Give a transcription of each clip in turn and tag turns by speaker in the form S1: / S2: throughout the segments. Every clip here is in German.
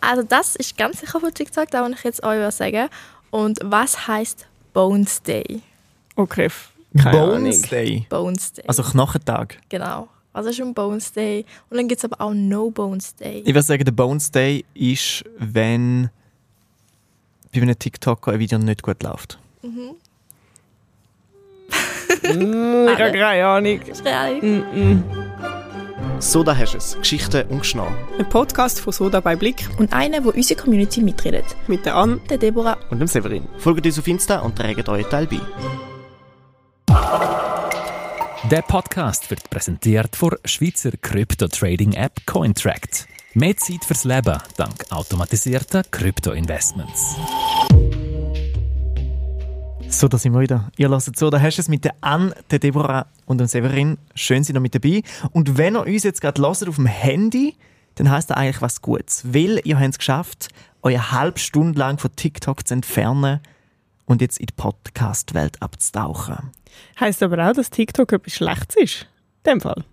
S1: Also das ist ganz sicher von TikTok, da würde ich jetzt euch was sagen. Und was heißt Bones Day?
S2: Angriff. Keine
S3: Bones
S2: Ahnung.
S3: Day.
S1: Bones Day.
S3: Also Knochentag.
S1: genau. Also ist ein Bones Day. Und dann gibt es aber auch No Bones Day.
S3: Ich würde sagen, der Bones Day ist, wenn bei einem TikToker ein Video nicht gut läuft.
S2: Mm, Ich habe keine Ahnung.
S1: Das ist real.
S3: Mm.
S4: So, da hast du es. Geschichten und Geschnau.
S2: Ein Podcast von Soda bei Blick
S1: Und einer, wo unsere Community mitredet.
S2: mit der Ann.
S1: Der Deborah.
S4: Und dem Severin. Folgt uns auf Insta und trägt euren Teil bei.
S5: Der Podcast wird präsentiert von Schweizer Krypto-Trading-App Cointract. Mehr Zeit fürs Leben dank automatisierter Krypto-Investments.
S3: So, da sind wir wieder. Ihr lasst so, da hast du es mit der Anne, der Deborah und dem Severin. Schön, sind ihr mit dabei. Und wenn ihr uns jetzt gerade hört auf dem Handy, dann heisst das eigentlich was Gutes. Weil ihr habt es geschafft, euch eine halbe Stunde lang von TikTok zu entfernen und jetzt in die Podcast-Welt abzutauchen.
S2: Heißt aber auch, dass TikTok etwas Schlechtes ist. In dem Fall.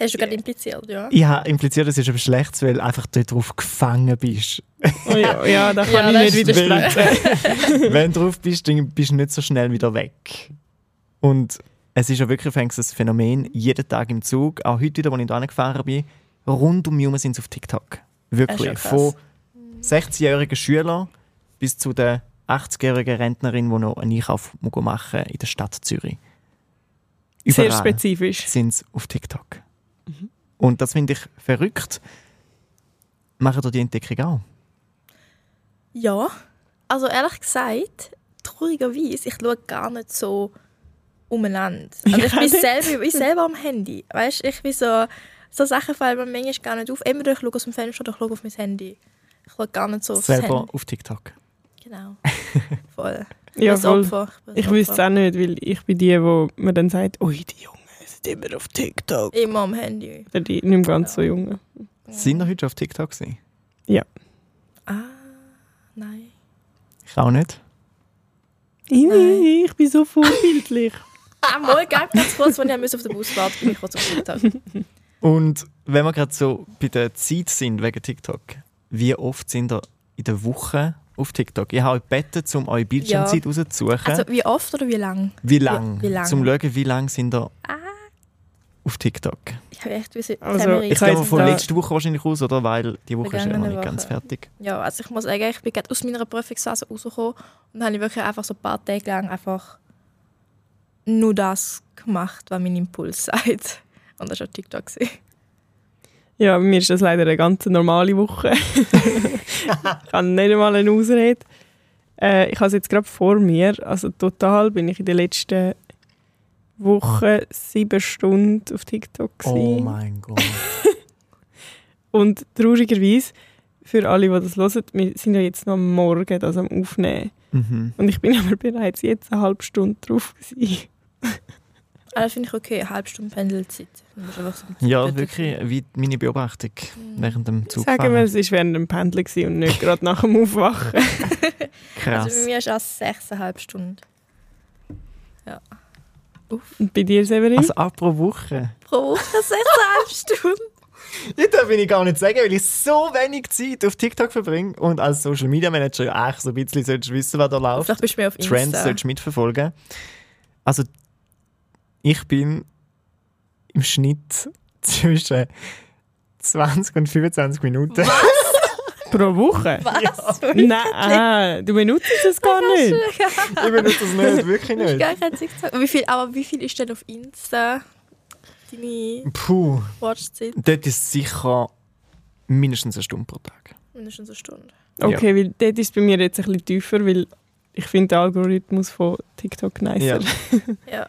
S1: Hast du gerade impliziert, ja?
S3: Ich habe impliziert, es ist etwas Schlechtes, weil du einfach dort drauf gefangen bist.
S2: Oh ja, ja, da
S1: Ja,
S2: kann
S1: das
S2: ich nicht
S1: ist-
S2: widersprechen.
S3: wenn du drauf bist, dann bist du nicht so schnell wieder weg. Und es ist ja wirklich ein Phänomen, jeden Tag im Zug, auch heute wieder, als ich da gefahren bin, rund um mich herum sind sie auf TikTok.
S1: Das ist ja
S3: Wirklich.
S1: krass.
S3: Von 60-jährigen Schülern bis zu der 80-jährigen Rentnerin, die noch einen Einkauf muss machen muss in der Stadt Zürich.
S2: Sehr
S3: Überall
S2: spezifisch.
S3: sind sie auf TikTok.
S1: Mhm.
S3: Und das finde ich verrückt. Machen doch die Entdeckung auch.
S1: Ja. Also ehrlich gesagt, traurigerweise, ich schaue gar nicht so umeinander. Also
S2: Ich
S1: ich,
S2: auch
S1: bin
S2: nicht.
S1: selber, ich bin selber am Handy. Weißt du, ich bin so... So Sachen fallen mir manchmal gar nicht auf. Entweder ich schaue aus dem Fenster oder ich schaue auf mein Handy. Ich schaue gar nicht so aufs
S3: Selber
S1: Handy.
S3: auf TikTok.
S1: Genau. Voll.
S2: Ja,
S1: Ein
S2: voll.
S1: Opfer. bin ein
S2: Ich wüsste es
S1: Opfer.
S2: auch nicht, weil ich bin die, wo man dann sagt, ui, die Jungen sind immer auf TikTok.
S1: Immer am Handy.
S2: Oder die nicht mehr ganz so Jungen.
S3: Sind ihr heute schon auf TikTok gewesen?
S1: Ah, nein.
S3: Ich auch nicht.
S2: Ih, Ich bin so vorbildlich.
S1: Ah, mal, gell, ganz kurz, wenn ich auf den Bus warten bin ich kurz auf TikTok.
S3: Und wenn wir gerade so bei der Zeit sind wegen TikTok, wie oft sind ihr in der Woche auf TikTok? Ich habe euch gebeten, um eure Bildschirmzeit rauszusuchen.
S1: Also, wie oft oder wie lang?
S3: wie lange?
S1: wie- wie lang?
S3: Zum schauen, wie lange sind ihr
S2: Ah,
S3: auf TikTok?
S1: Ich habe echt wissen,
S2: Also,
S1: Termin.
S3: Ich
S2: kann
S3: gehe
S2: jetzt
S3: mal von
S2: da-
S3: letzter Woche wahrscheinlich aus, oder? Weil die Woche ist ja noch
S1: Vergangene
S3: nicht ganz
S1: Woche.
S3: fertig.
S1: Ja, also ich muss sagen, ich bin gerade aus meiner Prüfungsphase rausgekommen und habe wirklich einfach so ein paar Tage lang einfach nur das gemacht, was mein Impuls sagt. Und das war auf TikTok. gewesen.
S2: Ja, bei mir ist das leider eine ganz normale Woche. ich habe nicht einmal eine Ausrede. Äh, ich habe es jetzt gerade vor mir. Also total bin ich in der letzten Woche sieben Stunden auf TikTok.
S3: Oh
S2: gewesen.
S3: mein Gott.
S2: Und traurigerweise, für alle, die das hören, wir sind ja jetzt noch am Morgen das am Aufnehmen.
S3: mhm.
S2: Und ich bin aber bereits jetzt eine halbe Stunde drauf. Gewesen.
S1: Aber das finde ich okay, eine halbe Stunde Pendelzeit. Dann bist du einfach so ein bisschen
S3: Ja,
S1: dort.
S3: wirklich, wie meine Beobachtung
S1: Mhm.
S3: während dem
S2: Sagen wir,
S3: Zugfahren.
S2: es war während dem Pendeln gewesen und nicht gerade nach dem Aufwachen.
S1: Also bei
S3: Krass.
S1: mir ist es sechseinhalb Stunden
S2: Und bei dir, Severin?
S3: Also auch pro Woche.
S1: pro Woche, sechseinhalb Stunden.
S3: Ich darf ich gar nicht sagen, weil ich so wenig Zeit auf TikTok verbringe und als Social Media Manager ja eigentlich so ein bisschen solltest du wissen, was da läuft.
S1: Vielleicht bist du mehr auf Insta.
S3: Trends solltest du mitverfolgen. Also, ich bin im Schnitt zwischen 20 und 25 Minuten.
S2: Pro Woche?
S1: Was?
S2: Nein, ah, du benutzt es gar nicht.
S3: Ich benutze das nicht, wirklich
S1: Ist
S3: nicht.
S1: gar kein TikTok. Wie viel, aber wie viel ist denn auf Insta deine
S3: Puh,
S1: Watchzeit?
S3: dort ist sicher mindestens eine Stunde pro Tag.
S1: Mindestens eine Stunde.
S2: Okay, weil dort ist es bei mir jetzt ein bisschen tiefer, weil ich finde den Algorithmus von TikTok nicer.
S3: Ja.
S1: Ja.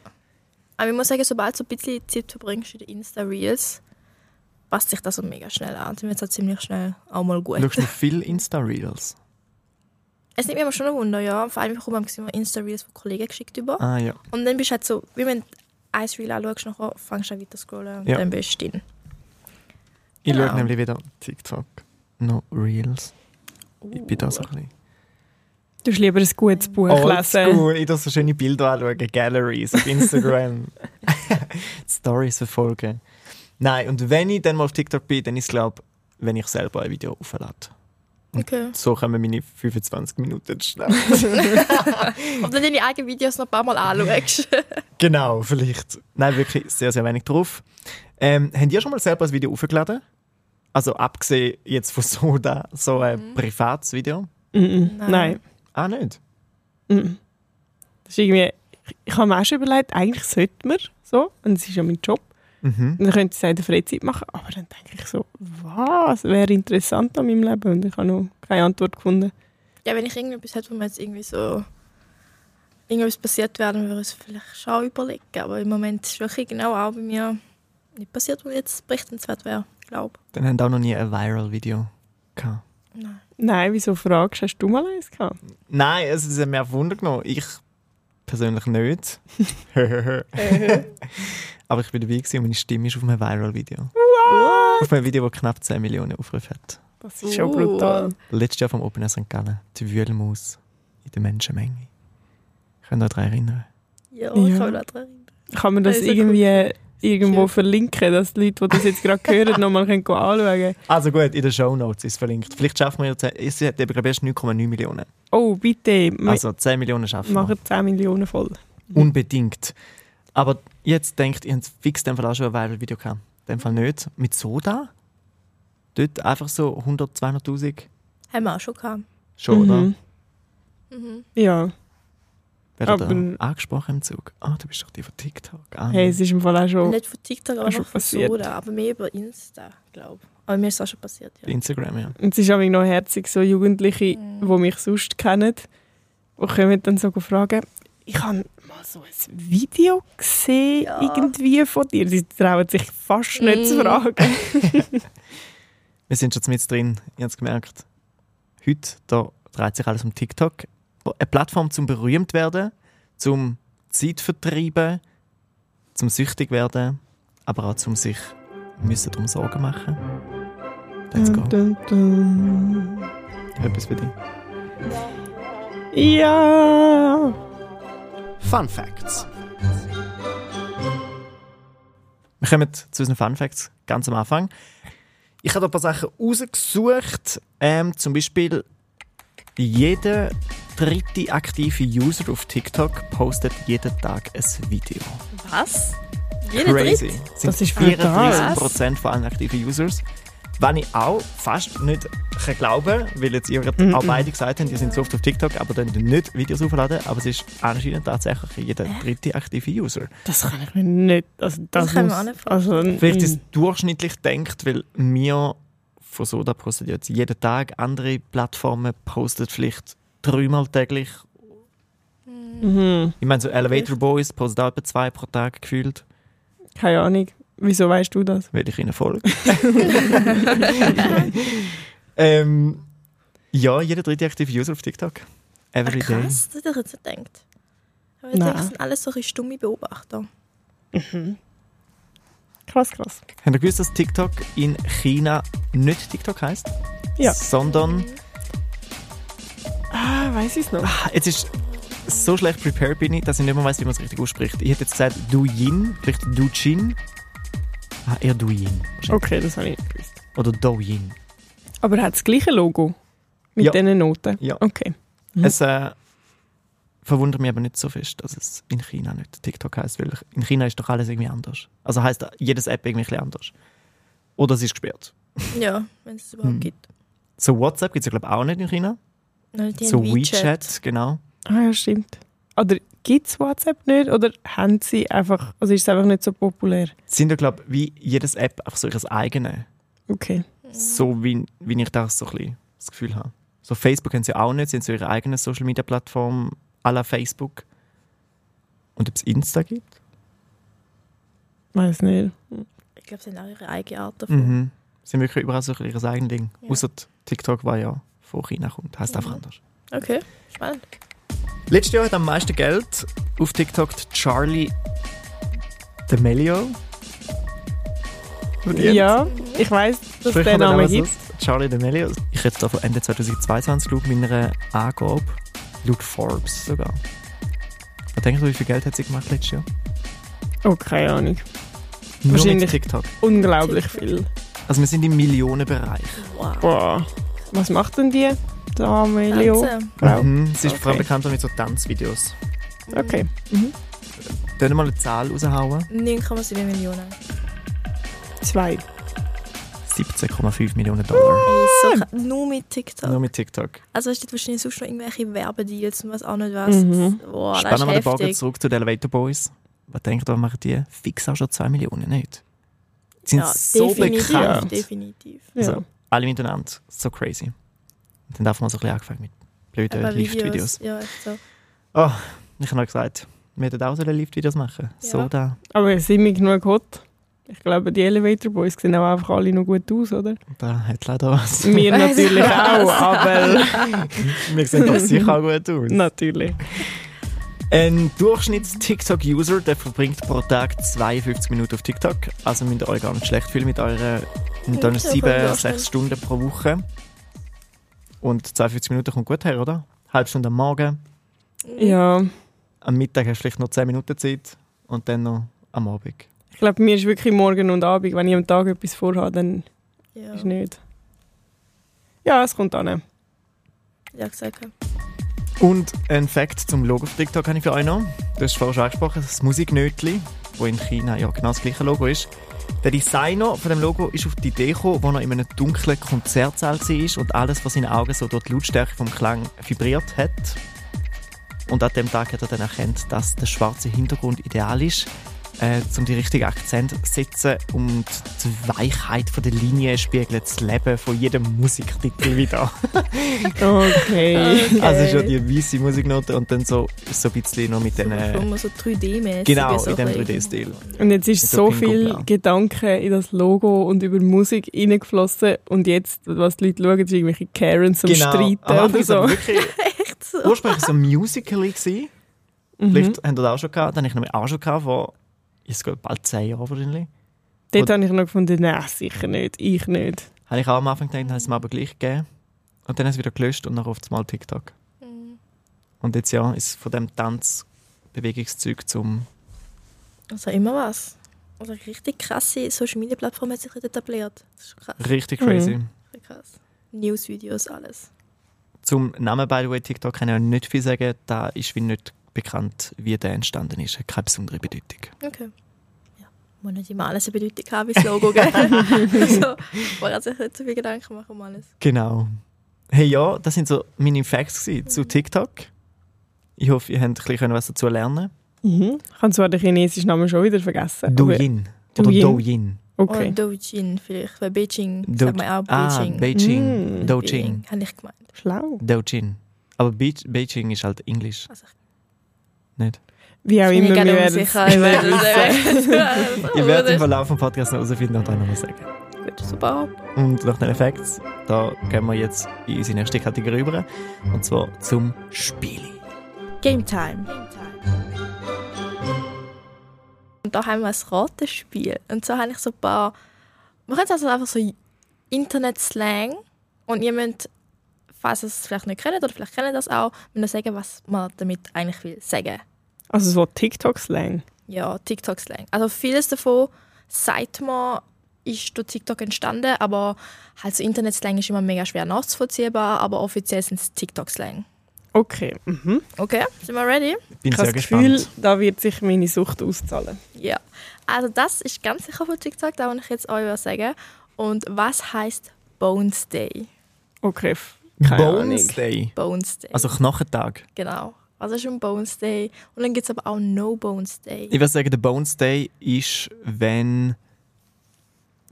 S1: Aber ich muss sagen, sobald du ein bisschen Zeit verbringst in den Insta-Reels, passt sich das so mega schnell an. Dann wird es halt ziemlich schnell auch mal gut.
S3: Schaust du viel Insta-Reels?
S1: Es nimmt mir immer schon ein Wunder, ja. Vor allem, ich bekomme immer Insta-Reels von Kollegen geschickt über.
S3: Ah ja.
S1: Und dann bist du halt so, wie wenn du ein Reel anschaust, nachher fängst du an weiter zu scrollen und
S3: Ja.
S1: dann bist du drin.
S3: Ich
S1: Genau.
S3: schaue nämlich wieder TikTok. No Reels.
S1: Uh.
S3: Ich bin da so ein bisschen...
S2: Du hast lieber ein gutes Buch lesen.
S3: Oldschool, ich darf so schöne Bilder anschauen, Galleries auf Instagram, Stories verfolgen. Nein, und wenn ich dann mal auf TikTok bin, dann ist es, glaube wenn ich selber ein Video auflade.
S1: Okay.
S3: So kommen meine 25 Minuten schnell.
S1: Und dann deine eigenen Videos noch ein paar Mal anschaust.
S3: genau, vielleicht. Nein, wirklich sehr, sehr wenig drauf. Ähm, habt ihr schon mal selber ein Video aufgeladen? Also abgesehen jetzt von Soda, so ein privates Video?
S2: Mhm.
S1: Nein.
S2: Nein.
S3: Ah, nicht?
S2: Mhm. Das ist irgendwie, ich, ich habe mir auch schon überlegt, eigentlich sollte man so, und es ist ja mein Job.
S3: Mhm.
S2: Und Dann könnte ich es in der Freizeit machen, aber dann denke ich so, was wäre interessant an meinem Leben? Und ich habe noch keine Antwort gefunden.
S1: ja, wenn ich irgendetwas hätte, wo mir jetzt irgendwie so irgendwas passiert wäre, dann würde ich es vielleicht schon überlegen. Aber im Moment ist wirklich genau auch bei mir nicht passiert, wo jetzt berichtenswert wäre, glaube
S3: Dann haben auch noch nie ein Viral-Video gehabt.
S1: ich. Nein.
S2: Nein, wieso fragst du, hast du mal eins gehabt?
S3: Nein, es ist mir auf Wunder genommen. Ich persönlich nicht. Aber ich war dabei gewesen und meine Stimme ist auf einem Viral-Video. Auf einem Video, das knapp 10 Millionen Aufrufe hat.
S2: Das ist schon
S1: Uh.
S2: brutal.
S3: Letztes Jahr vom Open Air St. Gallen. Die Wühlmaus in der Menschenmenge. Könnt ihr euch daran erinnern?
S1: Ja, ich
S2: Ja.
S1: kann mich daran erinnern.
S2: Kann man das
S1: Das ist ja
S2: irgendwie irgendwo
S1: Schön.
S2: verlinken, dass die Leute, die das jetzt gerade hören, nochmal können gehen anschauen können?
S3: Also gut, in den Show Notes ist es verlinkt. Vielleicht schaffen wir jetzt, es hat eben, glaube ich, erst 9,9 Millionen.
S2: Oh, bitte, ma-
S3: Also 10 Millionen schaffen wir.
S2: machen 10 Millionen voll.
S3: Unbedingt. Aber jetzt denkt ihr, habt fix den Fall auch schon ein Viral-Video gehabt. In dem Fall nicht. Mit Soda? Dort einfach so 100, 200'000?
S1: Haben wir auch schon gehabt.
S3: Schon, oder?
S2: Mhm. Ja,
S3: Wer hat da
S2: Aber-
S3: angesprochen im Zug? Ah, du bist doch die von TikTok. Ah,
S2: hey, es ist im Fall auch schon...
S1: Nicht von TikTok, aber
S2: Ist schon
S1: einfach von
S2: passiert.
S1: Soda, aber mehr über Insta, glaube ich. Aber mir ist es auch schon passiert, ja.
S3: Instagram, ja.
S2: Und es ist auch noch herzig, so Jugendliche,
S1: Mhm.
S2: die mich sonst kennen, die kommen dann so fragen, ich habe mal so ein Video gesehen,
S1: Ja.
S2: irgendwie von dir. Sie trauen sich fast nicht zu
S1: Mhm.
S2: fragen.
S3: Wir sind schon mit drin, ihr habt es gemerkt. Heute da dreht sich alles um TikTok. Eine Plattform zum berühmt werden, zum Zeitvertreiben, zum süchtig werden, aber auch zum sich müssen darum Sorgen machen. Let's go.
S2: Dun, dun, dun.
S3: Etwas für dich.
S2: Ja!
S4: Fun Facts.
S3: Wir kommen zu unseren Fun Facts ganz am Anfang. Ich habe da ein paar Sachen rausgesucht. Ähm, zum Beispiel, jeder dritte aktive User auf TikTok postet jeden Tag ein Video.
S1: Was? Jeder
S3: Crazy.
S1: Dritt?
S3: Sind
S2: Das ist brutal.
S3: 34% von allen aktiven Users. Was ich auch fast nicht kann glauben kann, weil jetzt ihr gerade auch beide gesagt habt, ihr sind so oft auf TikTok, aber dann nicht Videos aufladen. Aber es ist anscheinend tatsächlich jeder dritte aktive User.
S2: Das kann ich mir nicht. Also, das
S1: Das können wir
S2: muss,
S1: auch nicht
S2: also,
S3: Vielleicht
S2: mm.
S3: ist es durchschnittlich denkt, weil wir von Soda posten jetzt jeden Tag, andere Plattformen posten vielleicht dreimal täglich. Hm.
S2: Mhm.
S3: Ich meine, so Elevator Boys posten auch etwa zwei pro Tag gefühlt,
S2: Keine Ahnung. Wieso weißt du das?
S3: weil ich ihnen folge. ähm, ja, jeder dritte aktive User auf TikTok.
S1: Ach,
S3: Every
S2: Ah,
S3: day.
S1: Ah, krass, das hätte ich jetzt nicht gedacht. Aber ich
S2: Nein.
S1: denke, das sind alles solche stumme Beobachter.
S3: Mhm.
S2: Krass, krass.
S3: Habt ihr gewusst, dass TikTok in China nicht TikTok heißt?
S2: Ja.
S1: Mhm.
S3: Sondern
S2: Ah, weiß ich es noch.
S3: Ah, Jetzt ist so schlecht prepared bin ich, dass ich nicht mehr weiß, wie man es richtig ausspricht. Ich hätte jetzt gesagt Douyin, vielleicht Doujin. Ah, eher Douyin. wahrscheinlich.
S2: Okay, das habe ich nicht gewusst.
S3: Oder Douyin.
S2: Aber er hat das gleiche Logo? Mit
S3: Ja.
S2: diesen Noten?
S3: Ja.
S2: Okay.
S1: Mhm.
S3: Es äh, verwundert mich aber nicht so fest, dass es in China nicht TikTok heißt, weil in China ist doch alles irgendwie anders. Also heißt jedes App irgendwie ein bisschen anders. Oder es ist gesperrt.
S1: Ja, wenn es es überhaupt
S3: Mhm.
S1: gibt.
S3: So WhatsApp gibt es ja glaube ich auch nicht in China.
S1: Nein, die
S3: so
S1: haben
S3: WeChat. genau.
S2: Ah ja, stimmt. Oder gibt es WhatsApp nicht? Oder haben sie einfach, also ist es einfach nicht so populär?
S3: Sind ja glaube ich wie jedes App auch so ihr eigenes.
S1: Mhm.
S2: Okay.
S3: so wie, wie ich das so ein bisschen das Gefühl habe. So Facebook haben sie auch nicht, sie haben so ihre eigene Social Media Plattform à la Facebook. Und ob es Insta gibt?
S2: Weiß nicht.
S1: Ich glaube, sie haben auch ihre eigene Art davon.
S3: Mhm. Sie haben wirklich überall so ein bisschen ihr eigenes Ding.
S1: Ja.
S3: Außer TikTok, war ja von China kommt. Heißt einfach anders.
S1: Okay, spannend.
S3: Letztes Jahr hat am meisten Geld auf TikTok die Charlie D'Amelio. verdient.
S2: Ja, ich weiß, dass es
S3: Spricht
S2: den
S3: man den
S2: Namen
S3: auch so
S2: gibt.
S3: aus? Charlie D'Amelio. Ich hätte da von Ende 2022 laut meiner Angabe, laut Forbes sogar. Was denkst du, wie viel Geld hat sie gemacht letztes Jahr?
S2: Oh, keine Ahnung.
S3: Nur
S2: Wahrscheinlich-
S3: mit TikTok.
S2: Unglaublich viel.
S3: Also wir sind im Millionenbereich.
S1: Wow.
S2: Boah. Was macht denn die Dame Leo?
S1: Tanzen.
S2: Genau.
S3: Mhm. Sie ist vor allem
S2: Okay.
S3: bekannt mit so Tanzvideos.
S2: Okay.
S3: Dann mal eine Zahl raushauen.
S1: 9,7 Millionen.
S3: Hm.
S2: Zwei.
S3: 17,5 Millionen Dollar.
S1: Ey, so krass. Nur mit TikTok.
S3: Nur mit TikTok.
S1: Also hast du wahrscheinlich sonst noch irgendwelche Werbedeals und was auch nicht was.
S2: Mhm.
S1: Boah,
S3: Spannen wir den
S1: das ist
S3: Bogen
S1: heftig.
S3: zurück zu den Elevator Boys. Was denkt ihr, machen die fix auch schon 2 Millionen, nicht? Die sind so
S1: definitiv,
S3: bekannt.
S1: Definitiv.
S2: Ja.
S3: So. Alle miteinander. So crazy. Und dann darf man so ein bisschen angefangen mit blöden
S1: Aber Videos.
S3: Lift-Videos.
S1: Ja, echt so.
S3: Ich habe noch gesagt, wir hätten auch so Lift-Videos machen.
S1: Ja.
S3: So da.
S2: Aber sind wir genug hot? Ich glaube, die Elevator Boys sehen auch einfach alle noch gut aus, oder?
S3: Da hat leider was.
S2: Wir
S1: Also
S2: natürlich auch,
S1: was?
S2: aber
S3: wir sehen doch sicher auch gut aus.
S2: natürlich.
S3: Ein Durchschnitts-TikTok-User der verbringt pro Tag 52 Minuten auf TikTok. Also müsst ihr euch gar nicht schlecht fühlen mit euren mit euren
S1: Ja, voll
S3: 7,
S1: gut.
S3: 6 Stunden pro Woche. Und 52 Minuten kommt gut her, oder? Halbe Stunde am Morgen,
S1: Mhm.
S2: Ja,
S3: am Mittag hast du vielleicht noch 10 Minuten Zeit und dann noch am Abend.
S2: ich glaube, mir ist wirklich morgen und Abend, wenn ich am Tag etwas vorhabe, dann
S1: Ja,
S2: ist nicht. Ja, es kommt an.
S1: ja gesagt. ja.
S3: Und ein Fact zum Logo auf TikTok habe ich für euch noch. Du hast es vorher schon angesprochen, das Musiknötli, wo in China ja genau das gleiche Logo ist. Der Designer von dem Logo ist auf die Idee gekommen, als er in einem dunklen Konzertsaal war und alles vor seinen Augen so durch die Lautstärke vom Klang vibriert hat. Und an dem Tag hat er dann erkannt, dass der schwarze Hintergrund ideal ist, äh, um die richtigen Akzente zu setzen und die Weichheit von der Linie spiegelt das Leben von jedem Musiktitel wieder.
S2: Okay.
S1: Okay.
S3: Also schon die weiße Musiknote und dann so, so ein bisschen noch mit den.
S1: Schon
S3: äh,
S1: mal so 3D-mäßig.
S3: Genau,
S1: so
S3: in dem
S1: ein bisschen.
S3: 3D-Stil.
S2: Und jetzt ist
S3: Mit
S2: so
S3: so
S2: viel
S3: Pingumplan.
S2: Gedanken in das Logo und über Musik reingeflossen und jetzt, was die Leute schauen, sind irgendwelche Karens am Streiten
S3: Genau. Am Anfang
S2: oder
S3: ist aber
S2: so.
S3: wirklich
S1: Echt so.
S3: ursprünglich so ein Musical. Gewesen.
S2: Mhm.
S3: Vielleicht habt ihr das auch schon gehabt. Dann habe ich nämlich auch schon gehabt, vor ist gut, bald zehn Jahren wahrscheinlich.
S2: Dort habe ich noch gefunden, nein, sicher nicht, ich nicht.
S3: Habe ich auch am Anfang gedacht, dann hat es mir aber gleich gegeben. Und dann ist es wieder gelöscht und dann auf mal TikTok.
S1: Mhm.
S3: Und jetzt ja, ist von dem Tanz Bewegungszeug zum.
S1: Also immer was. Also richtig krasse Social Media Plattform hat sich dort etabliert. Das ist schon krass.
S2: Mhm.
S3: Richtig crazy.
S1: Richtig krass. News-Videos, alles.
S3: Zum Namen, by the way, TikTok kann ich auch nicht viel sagen. Da ist wie nicht bekannt, wie der entstanden ist. Hat keine besondere Bedeutung.
S1: Okay. Ja. Muss nicht immer alles eine Bedeutung haben, wie das Logo, gell? also, man kann sich nicht so viel Gedanken machen um alles.
S3: Genau. Hey ja, das sind so meine Facts gewesen zu TikTok. Ich hoffe, ihr habt ein bisschen was dazu lernen.
S2: Mhm. Ich habe zwar den chinesischen Namen schon wieder vergessen. aber-
S3: Douyin. Oder
S2: Douyin.
S3: Douyin.
S2: Okay.
S1: Und Dojin vielleicht, weil Beijing,
S3: Do-
S1: sagt man auch
S3: Ah,
S1: Beijing.
S3: Beijing.
S2: Mm.
S3: Douyin.
S1: Habe ich gemeint.
S2: Schlau.
S3: Douyin. Aber Be Beijing ist halt Englisch.
S1: Also, ich
S2: Wie auch
S1: bin mir
S2: immer, wir
S1: gerade
S2: werden
S1: unsicher. Ich weiß es nicht.
S3: Ihr werdet im Verlauf des Podcasts noch herausfinden und dann nochmal sagen.
S1: Gut, Super.
S3: Und nach den Facts, da gehen wir jetzt in unsere nächste Kategorie rüber. Und zwar zum Spiel.
S1: Game Time. Und da haben wir ein Ratespiel. Und so habe ich so ein paar. Man könnte es also einfach so Internet-Slang. Und ihr müsst, falls ihr es vielleicht nicht kennt oder vielleicht kennt ihr das auch, müsst ihr sagen, was man damit eigentlich will sagen.
S2: Also so TikTok-Slang.
S1: Ja, TikTok-Slang. Also vieles davon, seit man ist durch TikTok entstanden, aber halt so Internet-Slang ist immer mega schwer nachzuvollziehbar, aber offiziell sind es TikTok-Slang.
S2: Okay. Mhm.
S1: Okay, sind wir ready?
S3: Ich bin
S2: Ich habe
S3: sehr
S2: das Gefühl,
S3: gespannt.
S2: da wird sich meine Sucht auszahlen.
S1: Ja, also das ist ganz sicher von TikTok, da will ich jetzt euch was sagen. Und was heißt Bones Day?
S2: Okay. f- Keine
S3: Bones
S2: Ahnung.
S3: Day.
S1: Bones Day.
S3: Also Knochentag.
S1: genau. Also es ist ein Bones Day. Und dann gibt es aber auch No Bones Day.
S3: Ich würde sagen, der Bones Day ist, wenn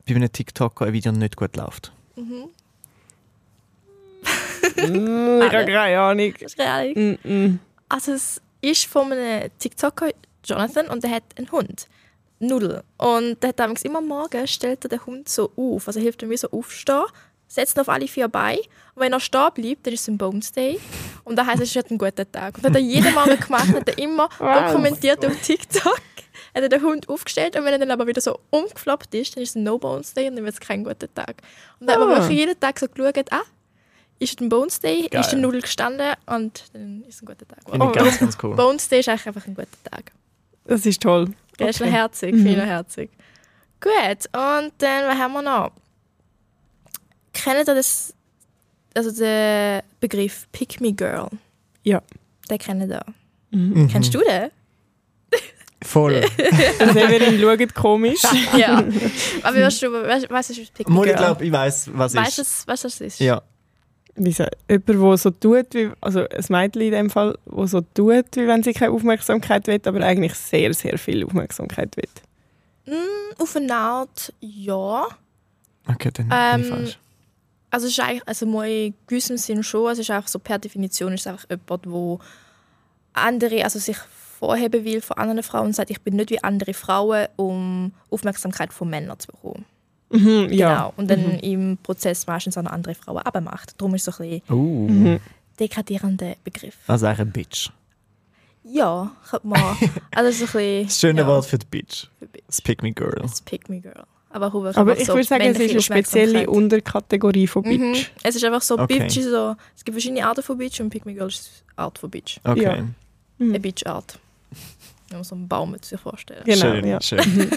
S3: bei einem TikToker ein Video nicht gut läuft.
S2: Mm, Ich habe keine Ahnung.
S1: Das ist real.
S2: Mm -mm.
S1: Also es ist von einem TikToker, Jonathan, und der hat einen Hund. Nudel. Und der hat damals immer am Morgen, stellt er den Hund so auf. Also hilft ihm wie so aufstehen, setzt ihn auf alle vier Beine. Und wenn er stehen bleibt, dann ist es ein Bones Day. Und das heisst, es ist nicht ein guter Tag. Und das hat er jeden Morgen gemacht, hat er immer
S2: Wow.
S1: dokumentiert auf TikTok. Hat er den Hund aufgestellt und wenn er dann aber wieder so umgefloppt ist, dann ist es ein No-Bones Day und dann wird es kein guter Tag. Und dann hat
S2: Ah.
S1: man wirklich jeden Tag so geschaut, ah, ist ein Bones Day,
S3: Geil.
S1: ist der Nudel gestanden und dann ist es ein guter Tag.
S3: Finde
S2: Oh.
S3: ich ganz, ganz cool.
S1: Bones Day ist eigentlich einfach ein guter Tag.
S2: Das ist toll.
S1: Der ist noch herzig,
S3: Mhm.
S1: viel noch herzig. Gut, und dann, was haben wir noch? Kennt ihr das also der Begriff Pick Me Girl.
S2: Ja.
S1: Den kennen wir.
S3: Mhm.
S1: Kennst du den?
S3: Voll.
S2: Also, Severin schaut komisch.
S1: Ja. Aber weißt du, weißt, weißt du, was Pick Me
S3: Mal, Mhm. ich
S1: Girl
S3: glaube, ich weiß, was
S1: Weißt du,
S3: ist.
S1: was weißt du, was das ist?
S3: Ja.
S2: wie so, jemand, der so tut, wie, also ein Mädchen in dem Fall, der so tut, wie wenn sie keine Aufmerksamkeit will, aber eigentlich sehr, sehr viel Aufmerksamkeit will.
S1: Mm, auf eine Art ja.
S3: Okay, dann bin ich
S1: Ähm,
S3: falsch.
S1: Also es ist eigentlich, also mal in gewissem Sinn schon, es ist einfach so per Definition ist es einfach jemand, wo andere, also sich vorheben will von anderen Frauen und sagt, ich bin nicht wie andere Frauen, um Aufmerksamkeit von Männern zu bekommen.
S2: Mhm,
S1: Genau. Und dann im Prozess meistens an andere Frauen abmacht. Darum ist es so ein bisschen
S3: Uh.
S1: Genau.
S2: Mhm.
S1: degradierender Begriff.
S3: Also eigentlich ein Bitch.
S1: Ja, könnte man. Also so ein bisschen...
S3: Das schöne
S1: ja,
S3: Wort für die Bitch.
S1: für Bitch.
S3: Das Pick Me Girl.
S1: Das Pick Me Girl. Aber, Huber,
S2: Aber
S1: einfach
S2: ich
S1: Also so
S2: würde sagen, es ist
S1: männliche
S2: eine spezielle
S1: Aufmerksamkeit.
S2: Unterkategorie von
S1: Mhm.
S2: Bitch.
S1: Es ist einfach so,
S3: Okay.
S1: Bitch ist so, es gibt verschiedene Arten von Bitch und Pick Me Girl ist eine Art von Bitch.
S3: Okay.
S2: Ja.
S1: Eine Bitch-Art. Wenn man so einen Baum mit sich vorstellen.
S2: Genau,
S3: schön,
S2: ja.
S3: schön.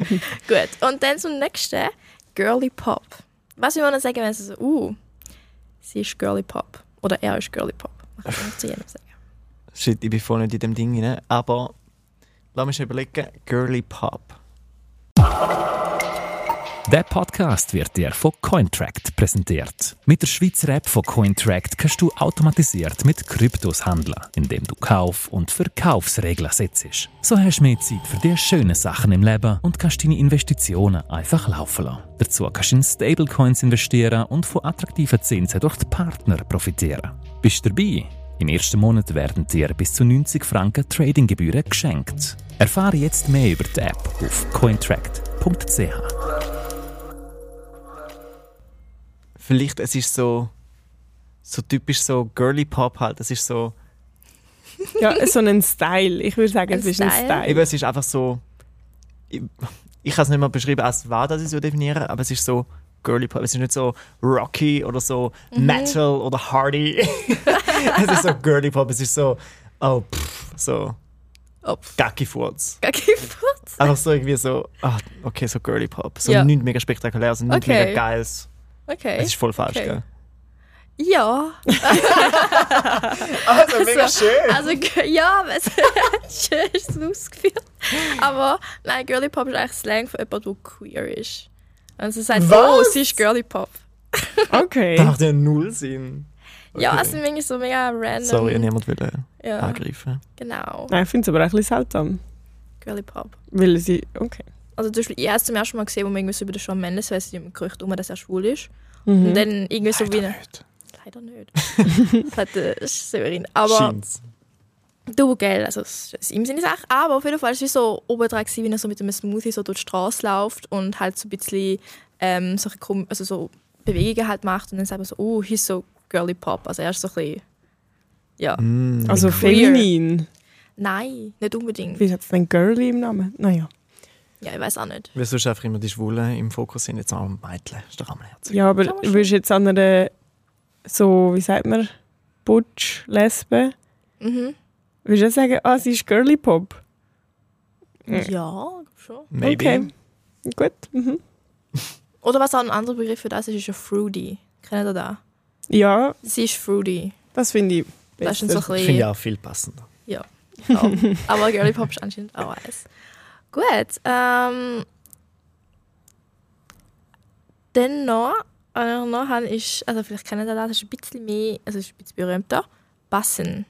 S1: Gut, und dann zum nächsten, Girly Pop. Was wir wollen sagen, wenn sie so, uh, sie ist Girly Pop. Oder er ist Girly Pop. Man kann nicht zu jedem sagen.
S3: Shit, ich bin voll nicht in dem Ding rein. Aber lass mich überlegen. Girly Pop.
S5: Der Podcast wird dir von Cointract präsentiert. Mit der Schweizer App von Cointract kannst du automatisiert mit Kryptos handeln, indem du Kauf- und Verkaufsregeln setzt. So hast du mehr Zeit für die schönen Sachen im Leben und kannst deine Investitionen einfach laufen lassen. Dazu kannst du in Stablecoins investieren und von attraktiven Zinsen durch die Partner profitieren. Bist du dabei? Im ersten Monat werden dir bis zu 90 Franken Tradinggebühren geschenkt. Erfahre jetzt mehr über die App auf cointract.ch.
S3: vielleicht es ist so so typisch so girly Pop halt. Es ist so,
S2: ja, so ein Style. Ich würde sagen,
S1: Ein
S2: es ist
S1: Style.
S2: ein
S3: eben
S2: Style.
S3: es ist einfach so. Ich, ich kann es nicht mal beschreiben, als war das ich so definiere, aber es ist so girly Pop. Es ist nicht so rocky oder so
S1: Mhm.
S3: metal oder hardy. es ist so girly Pop. Es ist so oh pff, so
S1: Oh,
S3: Gackifurz.
S1: gar kein Wort.
S3: Einfach so irgendwie so ah, okay so girly Pop. So
S1: Ja.
S3: nichts mega spektakuläres und nichts
S1: Okay.
S3: mega geiles.
S1: Okay.
S3: Es ist voll falsch,
S1: Okay.
S3: gell?
S1: Ja.
S3: Also mega schön.
S1: Also, g- ja, aber es schön ist es ausgeführt. Aber nein, Girly Pop ist eigentlich Slang für jemanden, der queer ist. Und sie sagt, oh,
S3: Was?
S1: sie ist Girly Pop.
S3: Das
S2: Okay.
S3: macht ja null Sinn.
S1: Ja,
S3: Okay.
S1: also manchmal so mega random.
S3: Sorry, niemand will äh,
S1: ja,
S3: angreifen.
S1: genau.
S2: Nein, ich finde es aber auch ein bisschen seltsam.
S1: Girly Pop.
S2: Weil sie, okay.
S1: Also zum Beispiel, ich habe es zum ersten Mal gesehen, wo man irgendwie so über den Shawn Mendes weiss, die Gerücht um, dass er schwul ist.
S2: Mhm.
S1: Und dann irgendwie so wie eine...
S3: nicht.
S1: Leider nicht. das hat äh, Severin. Aber...
S3: Scheint's.
S1: Du, gell, also es ist ihm seine Sache, aber auf jeden Fall war es wie so obendrauf, wie er so mit einem Smoothie so durch die Straße läuft und halt so ein bisschen ähm, solche, kom- also so Bewegungen halt macht und dann sagt man so, oh, he's so girly pop, also er ist so ein bisschen, ja.
S3: Mm.
S2: Also
S1: Queer.
S2: feminin.
S1: Nein, nicht unbedingt.
S2: Wie hat es denn Girly im Namen? Naja.
S1: Ja, ich weiß auch nicht.
S3: Weil sonst einfach immer die Schwulen im Fokus sind, jetzt auch Mädchen, ist doch am Herzen.
S2: Ja, aber
S1: Kann man schon.
S2: würdest du jetzt an einer, so, wie sagt man, Butch, Lesbe,
S1: Mhm.
S2: würdest du jetzt sagen, ah, sie ist Girly Pop? Mhm.
S1: Ja, glaub schon.
S3: Maybe.
S2: Okay. Gut. Mhm.
S1: Oder was auch ein anderer Begriff für das ist, ist ja fruity. Kennt ihr da?
S2: Ja,
S1: Sie ist fruity.
S2: das finde ich
S1: Das
S2: besser.
S1: ist so
S3: Das
S1: ein
S3: finde ich
S1: bisschen,
S3: auch viel passender.
S1: ja. aber girly pop ist anscheinend auch eins. Gut, ähm, Dann noch, äh, noch habe ich, also vielleicht kennen Sie das, das ist ein bisschen mehr, also ist ein bisschen berühmter, Bassen.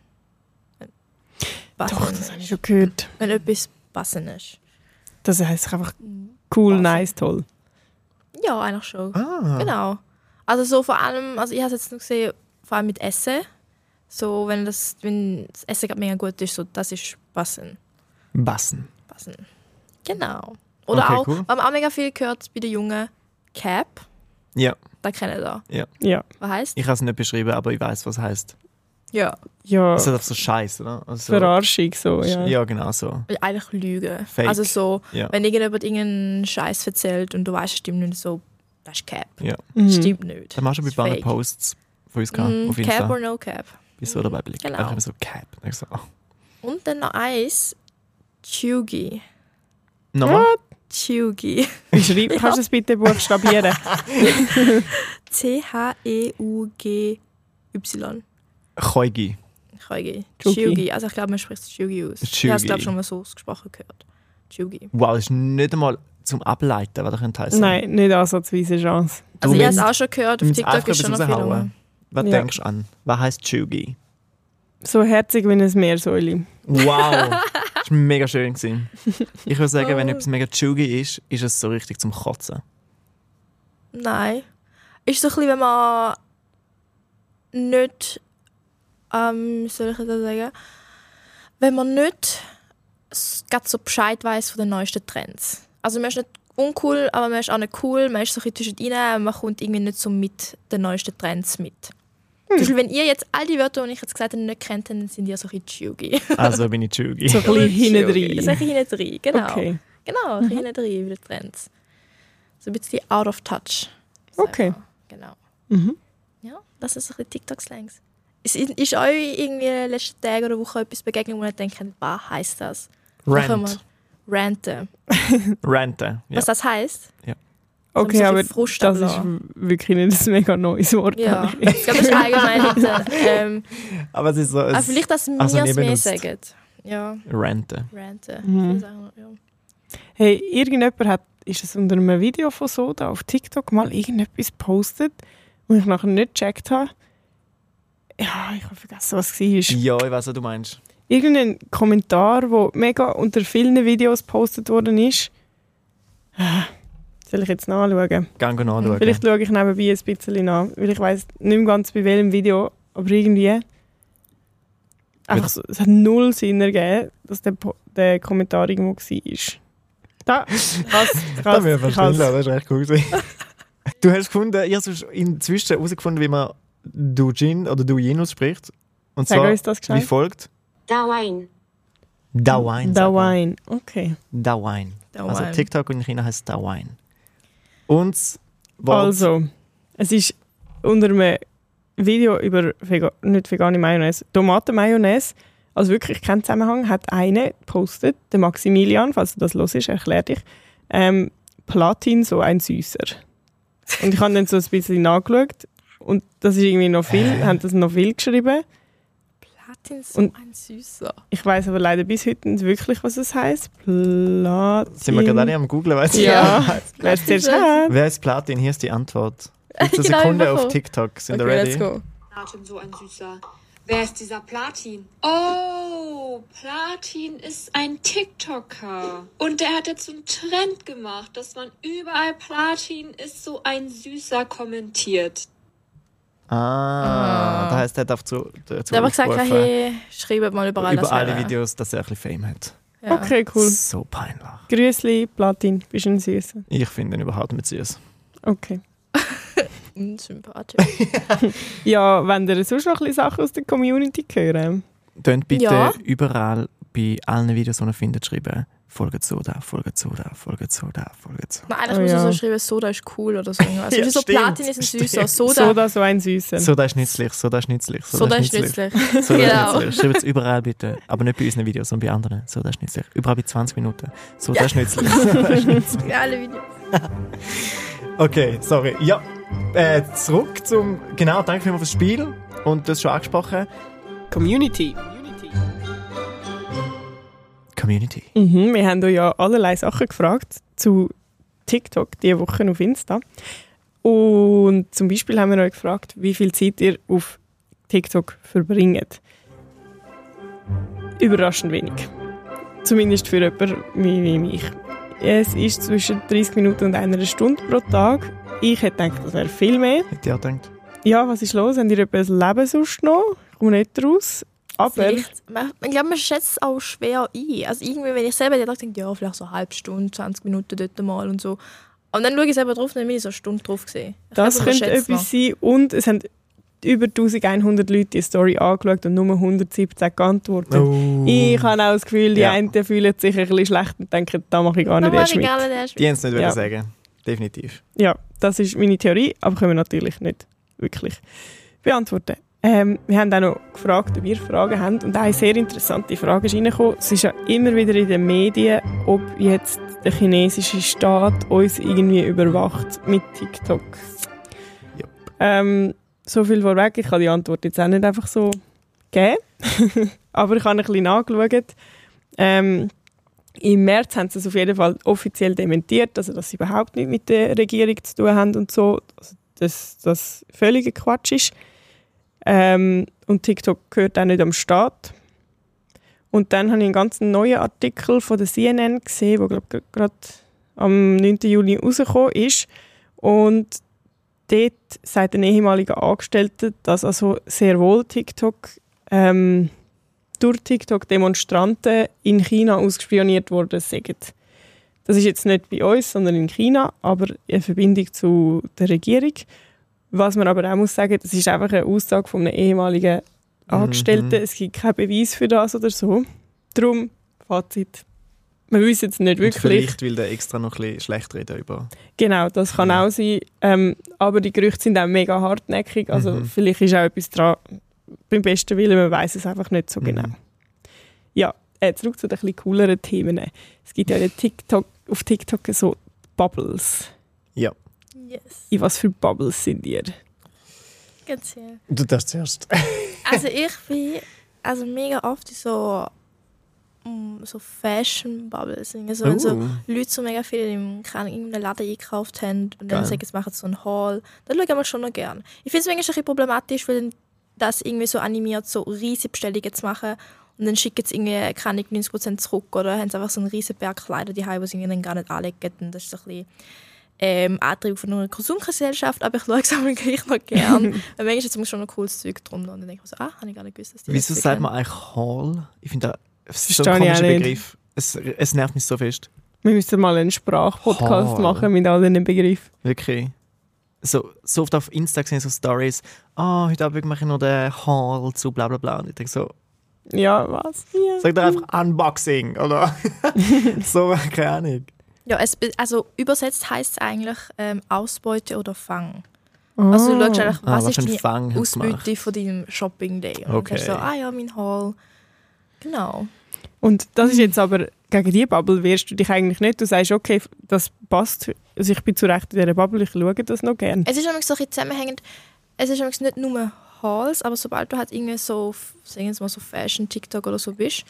S1: Bassen.
S2: Doch, das habe ich schon gehört.
S1: Wenn etwas Bassen ist.
S2: Das heisst einfach cool,
S1: Basen.
S2: nice, toll.
S1: Ja, eigentlich schon.
S3: Ah.
S1: Genau. Also so vor allem, also ich habe es jetzt noch gesehen, vor allem mit Essen. So, wenn das, wenn das Essen gerade mega gut ist, so, das ist Bassen.
S3: Bassen.
S1: Bassen. Genau. Oder
S3: Okay,
S1: auch,
S3: cool.
S1: wir haben auch mega viel gehört bei den Jungen, Cap.
S3: Ja,
S1: Da kennen wir.
S2: Ja.
S1: Was heißt?
S3: ich habe es nicht beschrieben, aber ich weiß, was es heisst.
S1: Ja.
S2: Ja,
S3: Es ist einfach so Scheiß, oder? Also,
S2: Verarschung so, Ah. ja.
S3: Ja, genau so.
S1: Eigentlich Lügen.
S3: Fake.
S1: Also so,
S3: Ja.
S1: wenn irgendjemand irgendeinen Scheiß erzählt und du weißt, es stimmt nicht, so, das ist Cap.
S2: Mhm.
S1: Stimmt nicht.
S3: Das machst du bei
S1: Ist
S3: ein paar
S1: fake.
S3: Posts von uns gehabt,
S1: Mm,
S3: auf
S1: Cap
S3: Insta.
S1: or no Cap.
S3: Bist so dabei blicken.
S1: Genau.
S3: Einfach immer so Cap. Und ich so, oh.
S1: Und dann noch eins, Chugi.
S3: Nochmal?
S1: Chugi.
S2: Wie schreibt, Kannst du es bitte buchstabieren?
S1: C-H-E-U-G-Y.
S3: Koigi.
S1: Chugi.
S2: Chugi.
S1: Chugi. Also ich glaube, man spricht es Chugi aus. Ich habe es
S3: Chugi.
S1: glaube ich, schon mal so ausgesprochen gehört. Chugi.
S3: Wow, das ist nicht einmal zum Ableiten, was das könnte heißen.
S2: Nein, nicht ansatzweise Chance.
S1: Also ich habe es
S3: musst-
S1: auch schon gehört,
S3: Du
S1: auf
S3: musst
S1: TikTok
S3: einfach
S1: ist schon
S3: etwas
S1: noch viel
S3: raushauen.
S1: rum.
S3: Was
S2: Ja.
S3: denkst du an? Was heisst Chugi?
S2: So herzig wie ein Meersäule.
S3: Wow, das war mega schön. Gewesen. Ich würde sagen,
S1: Oh.
S3: wenn etwas mega Chugi ist, ist es so richtig zum Kotzen.
S1: Nein. Ist so ein bisschen, wenn man nicht. Ähm, wie soll ich das sagen? Wenn man nicht s- grad so Bescheid weiß von den neuesten Trends. Also man ist nicht uncool, aber man ist auch nicht cool, man ist so ein bisschen zwischendrin, man kommt irgendwie nicht so mit den neuesten Trends mit.
S2: Hm.
S1: Zum Beispiel, wenn ihr jetzt all die Wörter, die ich jetzt gesagt habe, nicht kennt, dann sind ihr so ein bisschen Chugi.
S3: Also bin ich Chugi.
S2: So ein bisschen hinten
S1: So ein
S2: rein.
S1: bisschen hinten drin, genau.
S2: Okay.
S1: Genau, mhm. hinten drin wieder Trends. So ein bisschen out of touch. sag
S2: Okay.
S1: mal. Genau.
S2: Mhm.
S1: Ja, das ist ein bisschen TikTok-Slangs. Ist, ist euch irgendwie in den letzten Tagen oder Wochen etwas begegnet, wo ihr denkt, was heisst das? Da können
S3: Rant.
S1: wir Ranten.
S3: Ranten. Ja.
S1: Was das heisst?
S2: Okay,
S1: so ein
S2: aber
S1: bisschen Frust
S2: das ist
S1: ablassen.
S2: wirklich nicht ein mega neues Wort.
S1: Ja.
S2: habe ich.
S1: Ich glaube, das ist allgemein. äh, ähm,
S3: Aber es ist so ein
S1: aber vielleicht, dass wir
S3: also
S1: es
S3: nie
S1: mehr
S3: benutzt.
S1: sagen. Ja,
S3: Ranten.
S1: Ranten.
S2: Mhm.
S1: Ich sage, ja.
S2: Hey, irgendjemand hat, ist es unter einem Video von Soda auf TikTok mal irgendetwas gepostet, wo ich nachher nicht gecheckt habe. Ja, ich habe vergessen, was es war.
S3: Ja, ich weiß, was du meinst.
S2: Irgendein Kommentar, wo mega unter vielen Videos gepostet worden ist. Ah, Soll ich jetzt nachschauen?
S3: Gang und anschauen.
S2: Vielleicht schaue ich nebenbei ein bisschen nach, weil ich weiß nicht mehr ganz bei welchem Video, aber irgendwie. Einfach so, es hat null Sinn ergeben, dass der, Po- der Kommentar irgendwo war. Da, krass, krass.
S3: Das müssen wir
S2: krass.
S3: verstehen, das ist recht cool. gewesen. du hast gefunden, ich habe inzwischen herausgefunden, wie man Dujin oder Dujin ausspricht. Und
S2: Sag
S3: zwar
S2: uns das
S3: wie
S2: gescheit.
S3: folgt.
S6: Dawain.
S3: Dawain. sagt man.
S2: Dawain, okay.
S3: Dawain.
S1: Da
S3: Also
S1: mal.
S3: TikTok in China heißt Dawain. Und das Wort-
S2: Also, es ist unter einem Video über Vega, nicht vegane Mayonnaise, Tomatenmayonnaise, also wirklich kein Zusammenhang, hat eine gepostet, der Maximilian, falls du das los ist, erklär dich, ähm, Platin, so ein Süßer. Und ich habe dann so ein bisschen nachgeschaut und das ist irgendwie noch viel, haben das noch viel geschrieben.
S1: Platin ist so
S2: Und-
S1: ein Süßer.
S2: Ich weiß aber leider bis heute nicht wirklich, was es heißt. Platin.
S3: sind wir gerade alle am Googlen, weißt du?
S2: Ja, wer es zuerst hat.
S3: Wer ist Platin? Hier ist die Antwort. 15
S1: Genau,
S3: Sekunden
S1: überall.
S3: auf TikTok. Sind
S1: Okay,
S3: wir ready?
S1: let's go.
S6: Platin, so ein süßer. Wer ist dieser Platin? Oh, Platin ist ein TikToker. Und der hat jetzt so einen Trend gemacht, dass man überall Platin ist so ein süßer kommentiert.
S3: Ah, da heißt er darf zu, dazu
S1: Da habe ich gesagt,
S3: aufrufen,
S1: hey, schreibt mal überall
S3: über
S1: das
S3: alle
S1: her.
S3: Videos, dass er ein bisschen Fame hat.
S1: Ja.
S2: Okay, cool.
S3: So peinlich.
S2: Grüßli, Platin, bist ein Süßer.
S3: Ich finde ihn überhaupt nicht süß.
S2: Okay.
S1: Unsympathisch.
S2: Ja, wenn ihr sonst noch ein bisschen Sachen aus der Community hören.
S3: Tönt bitte
S1: Ja.
S3: überall bei allen Videos, die ihr findet, schreiben: Folge Soda, Folge Soda, Folge Soda, Folge Soda.
S1: Man, eigentlich
S2: Oh
S1: muss man so
S2: ja.
S1: schreiben, Soda ist cool oder so. Also,
S3: Ja,
S1: so
S3: stimmt,
S1: Platin ist ein süßer.
S3: stimmt.
S1: Soda, Soda,
S2: Soda, so ein Süßer.
S3: Soda ist nützlich, Soda ist nützlich,
S1: ist nützlich.
S3: Soda
S1: Genau.
S3: ist nützlich. Schreibt es überall bitte. Aber nicht bei unseren Videos, sondern bei anderen. Soda ist nützlich. Überall bei 20 Minuten. Soda ist nützlich. Soda ist nützlich.
S1: Alle Videos.
S3: Okay, sorry. Ja, äh, zurück zum. Genau, danke vielmals fürs Spiel. Und das schon angesprochen.
S2: Community.
S3: Community.
S2: Mhm, wir haben euch ja allerlei Sachen gefragt zu TikTok diese Woche auf Insta. Und zum Beispiel haben wir euch gefragt, wie viel Zeit ihr auf TikTok verbringt. Überraschend wenig. Zumindest für jemanden wie, wie mich. Es ist zwischen 30 Minuten und einer Stunde pro Tag. Ich hätte gedacht, das wäre viel mehr.
S3: Hätte ich auch gedacht.
S2: Ja, was ist los? Habt ihr etwa das Leben sonst noch? Ich komme nicht raus. Aber
S1: Vielleicht- man- Ich glaube, man schätzt es auch schwer ein. Also irgendwie, wenn ich selber den Tag denke, ja, vielleicht so eine halbe Stunde, 20 Minuten dort mal und so. Und dann schaue ich selber drauf, dann bin ich so eine Stunde drauf gesehen.
S2: das könnte etwas sein. Und es haben über 1100 Leute die Story angeschaut und nur 117 geantwortet.
S3: Oh.
S2: Ich habe auch das Gefühl, die
S3: Ja.
S2: einen fühlen sich ein bisschen schlecht und denken, da mache ich gar nicht erst mit.
S3: Die haben es nicht
S2: Ja.
S3: wollen sagen. Definitiv.
S2: Ja, das ist meine Theorie, aber können wir natürlich nicht wirklich beantworten. Ähm, wir haben auch noch gefragt, ob ihr Fragen habt. Und eine sehr interessante Frage ist reingekommen. Es ist ja immer wieder in den Medien, ob jetzt der chinesische Staat uns irgendwie überwacht mit TikTok.
S3: Yep.
S2: Ähm, so viel vorweg. Ich kann die Antwort jetzt auch nicht einfach so geben. Aber ich habe ein bisschen nachgeschaut. Ähm, Im März haben sie es auf jeden Fall offiziell dementiert, also dass sie überhaupt nichts mit der Regierung zu tun haben und so. Also, dass das völliger Quatsch ist. Ähm, und TikTok gehört auch nicht am Staat. Und dann habe ich einen ganz neuen Artikel von der CNN gesehen, der glaube gerade am 9. Juli rausgekommen ist. Und dort sagt ein ehemaliger Angestellter, dass also sehr wohl TikTok ähm, durch TikTok Demonstranten in China ausgespioniert worden sind. Das ist jetzt nicht bei uns, sondern in China, aber in Verbindung zu der Regierung. Was man aber auch muss sagen, das ist einfach eine Aussage von einem ehemaligen
S3: Mhm,
S2: Ah, Angestellten. Es gibt keinen Beweis für das oder so. Darum, Fazit. Wir wissen jetzt nicht
S3: Und
S2: wirklich.
S3: vielleicht will der extra noch ein bisschen schlecht reden über.
S2: Genau, das kann
S3: Ja.
S2: auch sein. Ähm, aber die Gerüchte sind auch mega hartnäckig. Also
S3: Mhm.
S2: vielleicht ist auch etwas dran. Beim besten Willen, man weiß es einfach nicht so
S3: Mhm.
S2: genau. Ja, äh, zurück zu den etwas cooleren Themen. Es gibt ja in TikTok, auf TikTok so Bubbles.
S1: Yes.
S2: In was für Bubbles sind ihr?
S1: Ganz viel.
S7: Du darfst zuerst.
S1: Also ich bin also mega oft in so, mm, so Fashion-Bubbles. Also wenn so
S3: Uh.
S1: Leute so mega viel im keine Ahnung, in einem Laden eingekauft haben und
S3: Geil.
S1: dann sagen, jetzt machen sie so einen Haul, dann schauen wir schon noch gern. Ich finde es manchmal ein bisschen problematisch, weil das irgendwie so animiert, so riesige Bestellungen zu machen und dann schicken sie irgendwie keine Ahnung, 90% zurück oder haben sie einfach so einen riesen Berg Kleider die die sie ihnen dann gar nicht anlegen. Und das ist so ein bisschen ähm, Antrieb von einer Konsumgesellschaft, aber ich schaue es aber gleich noch gern. weil manchmal ist jetzt schon noch cooles Zeug drunter und dann denke ich mir so, ah, habe ich gar nicht gewusst, dass die das
S3: Wieso
S1: wirklich
S3: sagt
S1: haben.
S3: man eigentlich Hall? Ich finde das ist so
S2: Verstehe
S3: ein
S2: ich auch
S3: komischer
S2: nicht.
S3: Begriff. Es, es nervt mich so fest.
S2: Wir müssen mal einen Sprachpodcast
S3: Haul.
S2: machen mit all diesen Begriffen.
S3: Wirklich. So, so oft auf Insta gesehen so Stories. Ah, heute Abend mache ich noch den Haul zu bla bla bla. Und ich denke so,
S2: Ja, was? Ja.
S3: sag doch einfach Unboxing, oder? so, keine Ahnung.
S1: Ja, es, be- also übersetzt heißt es eigentlich ähm, Ausbeute oder Fang. Also du schaust eigentlich,
S3: Ah,
S1: was ist
S3: für
S1: deine
S3: einen Fang haben sie gemacht.
S1: Ausbeute von deinem Shopping Day. Und
S3: Okay.
S1: dann sagst du so, ah ja, mein Haul. Genau.
S2: Und das ist jetzt aber, gegen die Bubble wehrst du dich eigentlich nicht. Du sagst, okay, das passt. Also ich bin zu Recht in dieser Bubble, ich schaue das noch gern.
S1: Es ist nämlich so ein bisschen zusammenhängend, es ist nämlich nicht nur Hauls, aber sobald du halt irgendwie so, auf- sagen wir mal so Fashion, TikTok oder so bist,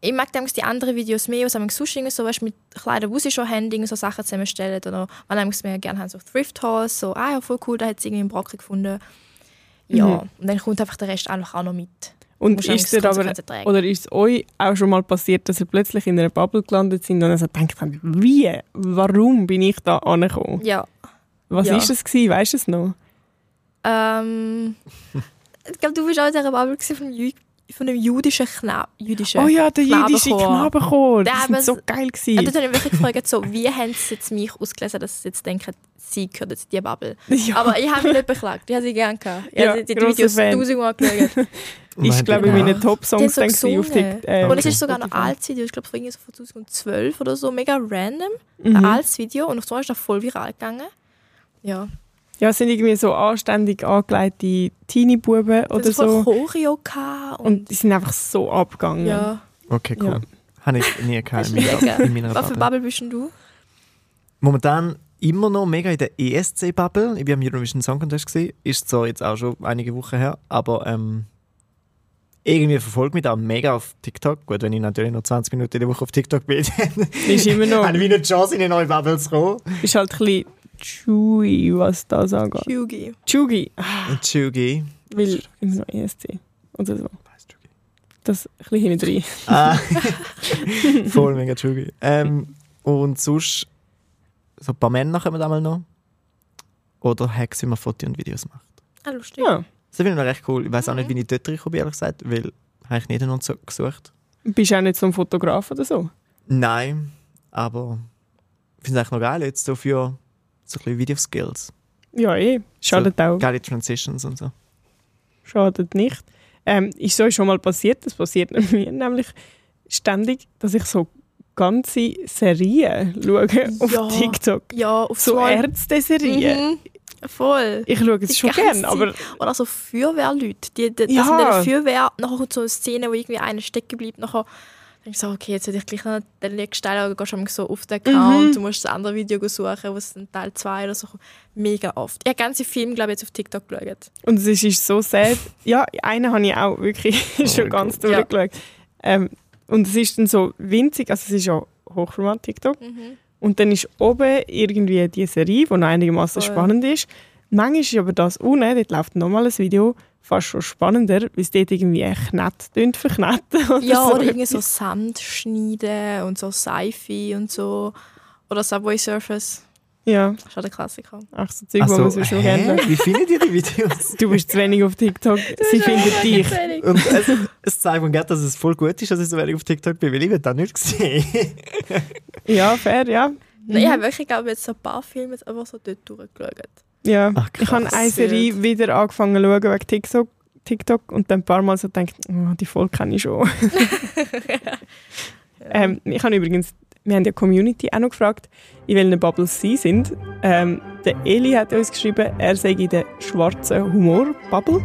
S1: ich mag nämlich die anderen Videos mehr, was nämlich sonst irgendwie so, weißt, du, mit Kleidern, wo sie schon haben, irgendwie so Sachen zusammenstellen oder man nämlich mehr gerne haben, so Thrift Hauls, so, ah ja, voll cool, da hat sie irgendwie einen Brocken gefunden. Ja,
S2: Mhm.
S1: und dann kommt einfach der Rest einfach auch noch mit.
S2: Und
S1: Musst
S2: ist
S1: eigentlich
S2: dir aber
S1: Konsequenzen tragen.
S2: Oder ist es euch auch schon mal passiert, dass ihr plötzlich in einer Bubble gelandet sind und also denkt habt, wie, warum bin ich da angekommen?
S1: Ja,
S2: Was
S1: Ja.
S2: ist es gewesen? Weißt du es noch?
S1: Ähm, ich glaube, du warst auch in dieser Bubble gewesen von, Ju von einem jüdischen Knab jüdischen.
S2: Oh ja, der
S1: Knabenchor.
S2: jüdische Knabenchor.
S1: Der Ah,
S2: Das war
S1: aber-
S2: so geil.
S1: Und
S2: Gewesen.
S1: dort habe ich wirklich gefragt, so, wie haben sie jetzt mich ausgelesen, dass sie jetzt denken, sie gehört jetzt in diese Bubble.
S2: Ja.
S1: Aber ich habe mich nicht beklagt, ich habe sie gerne gehabt. Ich
S2: Ja,
S1: habe die, die
S2: grosser
S1: Videos
S2: Fan.
S1: tausendmal geschaut.
S2: ist, glaube
S1: Genau.
S2: ich, meine
S1: Die haben
S2: Top-Songs
S1: so
S2: dann gewesen auf
S1: gesungen.
S2: TikTok. äh,
S1: Und es ist sogar noch ein
S2: Spotify.
S1: altes Video, ich glaube, von irgendwie so von 2012 oder so, mega random, ein
S2: Mhm.
S1: altes Video. Und auf einmal ist das voll viral gegangen. Ja,
S2: Ja, es sind irgendwie so anständig angelegte Teenie-Buben
S1: das
S2: oder
S1: ist voll
S2: so.
S1: Choreo gehabt
S2: Und
S1: und,
S2: die sind einfach so abgegangen.
S1: ja.
S3: Ah, Okay,
S2: Ja.
S3: cool. Habe ich nie gehabt
S1: Hast
S3: in
S1: du nie
S3: meiner,
S1: gehabt?
S3: in meiner
S1: Was für
S3: Bubble.
S1: Bubble bist denn du?
S3: Momentan immer noch mega in der E ESC-Bubble. Ich war am Eurovision Song Contest. Gewesen. Ist zwar jetzt auch schon einige Wochen her, aber ähm, irgendwie verfolgt mich da mega auf TikTok. Gut, wenn ich natürlich noch 20 Minuten in der Woche auf TikTok bin, dann
S2: Ist immer noch,
S3: habe ich wieder die Chance, in eine neue Bubble zu kommen.
S2: ist halt ein bisschen chewy, was das angeht.
S1: Hugi.
S2: Chewy,
S3: Und Jugi.
S2: weil immer noch ESC oder so. Das ein bisschen hinten drin.
S3: Ah, voll mega Jugi. Ähm, und sonst, so ein paar Männer kommen da mal noch. Oder Hacks, wie man Fotos und Videos macht.
S1: Ah, lustig.
S2: Ja.
S3: Das finde ich noch recht cool. Ich weiß auch nicht, wie ich dort reinkomme, ehrlich gesagt, weil habe ich nicht einen so gesucht.
S2: Bist auch nicht so ein Fotograf oder so?
S3: Nein, aber ich finde es eigentlich noch geil jetzt so für so ein bisschen Video-Skills.
S2: Ja, eh. Schadet auch.
S3: Geile Transitions und so.
S2: Schadet nicht. Ähm, ist so schon mal passiert, das passiert mir nämlich ständig, dass ich so ganze Serien schaue auf
S1: Ja.
S2: TikTok.
S1: Ja, auf
S2: So
S1: einmal-
S2: Ärzte-Serien.
S1: Mhm. Voll.
S2: Ich schaue es schon
S1: Geil
S2: gern,
S1: sind.
S2: aber
S1: Oder so Feuerwehrleute. Die, die,
S2: Ja.
S1: Das sind dann Feuerwehr. Nachher kommt so eine Szene, wo irgendwie einer stecken bleibt. Nachher denke ich so, okay, jetzt werde ich gleich noch den nächsten Teil oder gehst du einmal so auf den
S2: Mhm.
S1: Account. Du musst das andere Video go suchen, wo es dann Teil 2 oder so kommt. Mega oft. Ich habe ganze Film, glaube ich, jetzt auf TikTok geschaut.
S2: und es ist, ist so sad. Ja, einen habe ich auch wirklich schon ganz
S1: Oh Ja.
S2: durchgeschaut. Ähm, und es ist dann so winzig, also es ist ja Hochformat TikTok.
S1: Mhm.
S2: Und dann ist oben irgendwie die Serie, die noch einigermaßen
S1: Voll.
S2: spannend ist. Manchmal ist aber das unten, dort läuft nochmal ein Video, fast schon spannender, weil es dort irgendwie knett tönt, verknetten oder
S1: Ja,
S2: so.
S1: oder irgendwie so Sand schneiden und so Sci-Fi und so. Oder Subway Surfers.
S2: Ja,
S1: Das ist auch der Klassiker.
S2: ach so Zeug, wo man
S3: Also,
S2: so schon
S3: hä?
S2: gerne...
S3: wie findet ihr die Videos?
S2: Du bist zu wenig auf TikTok, sie finden dich.
S3: Und es, es zeigt mir gerade, dass es voll gut ist, dass ich so wenig auf TikTok bin, weil ich will das nicht gesehen.
S2: Ja, fair, ja.
S1: Nein, ich habe wirklich, glaube ich, jetzt so ein paar Filme jetzt einfach so dort durchgeschaut.
S2: ja.
S3: Ach,
S2: ich habe eine
S1: Sehr.
S2: Serie wieder angefangen zu schauen wegen TikTok, TikTok und dann ein paar Mal so gedacht, oh, die Folge kenne ich schon. ähm, ich habe übrigens, wir haben ja die Community auch noch gefragt, in welchen Bubbles sie sind. Ähm, der Eli hat uns geschrieben, er sei in der schwarzen Humor-Bubble.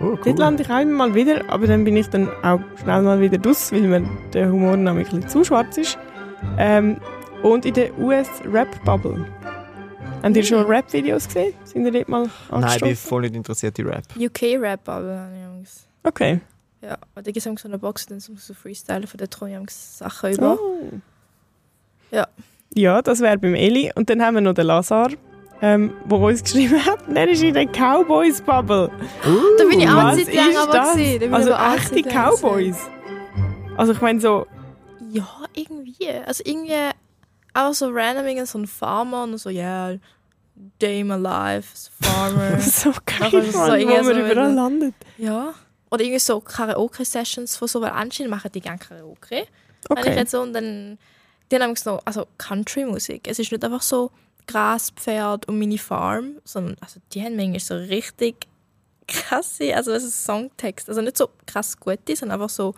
S3: Oh,
S2: Dort lande ich auch immer mal wieder, aber dann bin ich dann auch schnell mal wieder raus, weil mir der Humor noch ein bisschen zu schwarz ist. Ähm, und in der US-Rap-Bubble. Habt ihr schon Rap-Videos gesehen? Sind ihr dort mal
S3: Nein, ich bin
S2: angestoßen?
S3: voll nicht interessiert in Rap.
S1: UK-Rap, aber Jungs.
S2: Okay.
S1: Ja, und da gibt es so eine Box, dann musst du freestylen von der Tron Sachen über.
S2: Oh.
S1: Ja.
S2: Ja, das wäre beim Eli. Und dann haben wir noch den Lazar, ähm, der uns geschrieben hat, er ist in der Cowboys-Bubble.
S1: Da bin
S3: Oh.
S1: ich auch
S2: Was
S1: eine Zeit lang
S2: ist
S1: aber
S2: das?
S1: gewesen. Da bin ich
S2: Also
S1: aber auch eine
S2: echte
S1: Zeit lang
S2: Cowboys. Also ich meine so,
S1: gewesen. Ja, irgendwie. Also irgendwie auch so random irgend so ein Farmer und so, ja, yeah, day in my life, as a farmer.
S2: so
S1: Aber
S2: geil,
S1: das ist so
S2: Mann, wo
S1: irgendwie
S2: man
S1: so
S2: überall
S1: wieder-
S2: landet.
S1: ja. Oder irgendwie so Karaoke-Sessions von so, weil anscheinend machen die gerne Karaoke. Wenn ich
S2: Okay.
S1: jetzt so und dann, dann haben wir noch, also Country-Musik. Es ist nicht einfach so Gras, Pferd und meine Farm, sondern also die haben manchmal so richtig krasse, also es ist Songtext, also nicht so krass gute, sondern einfach so,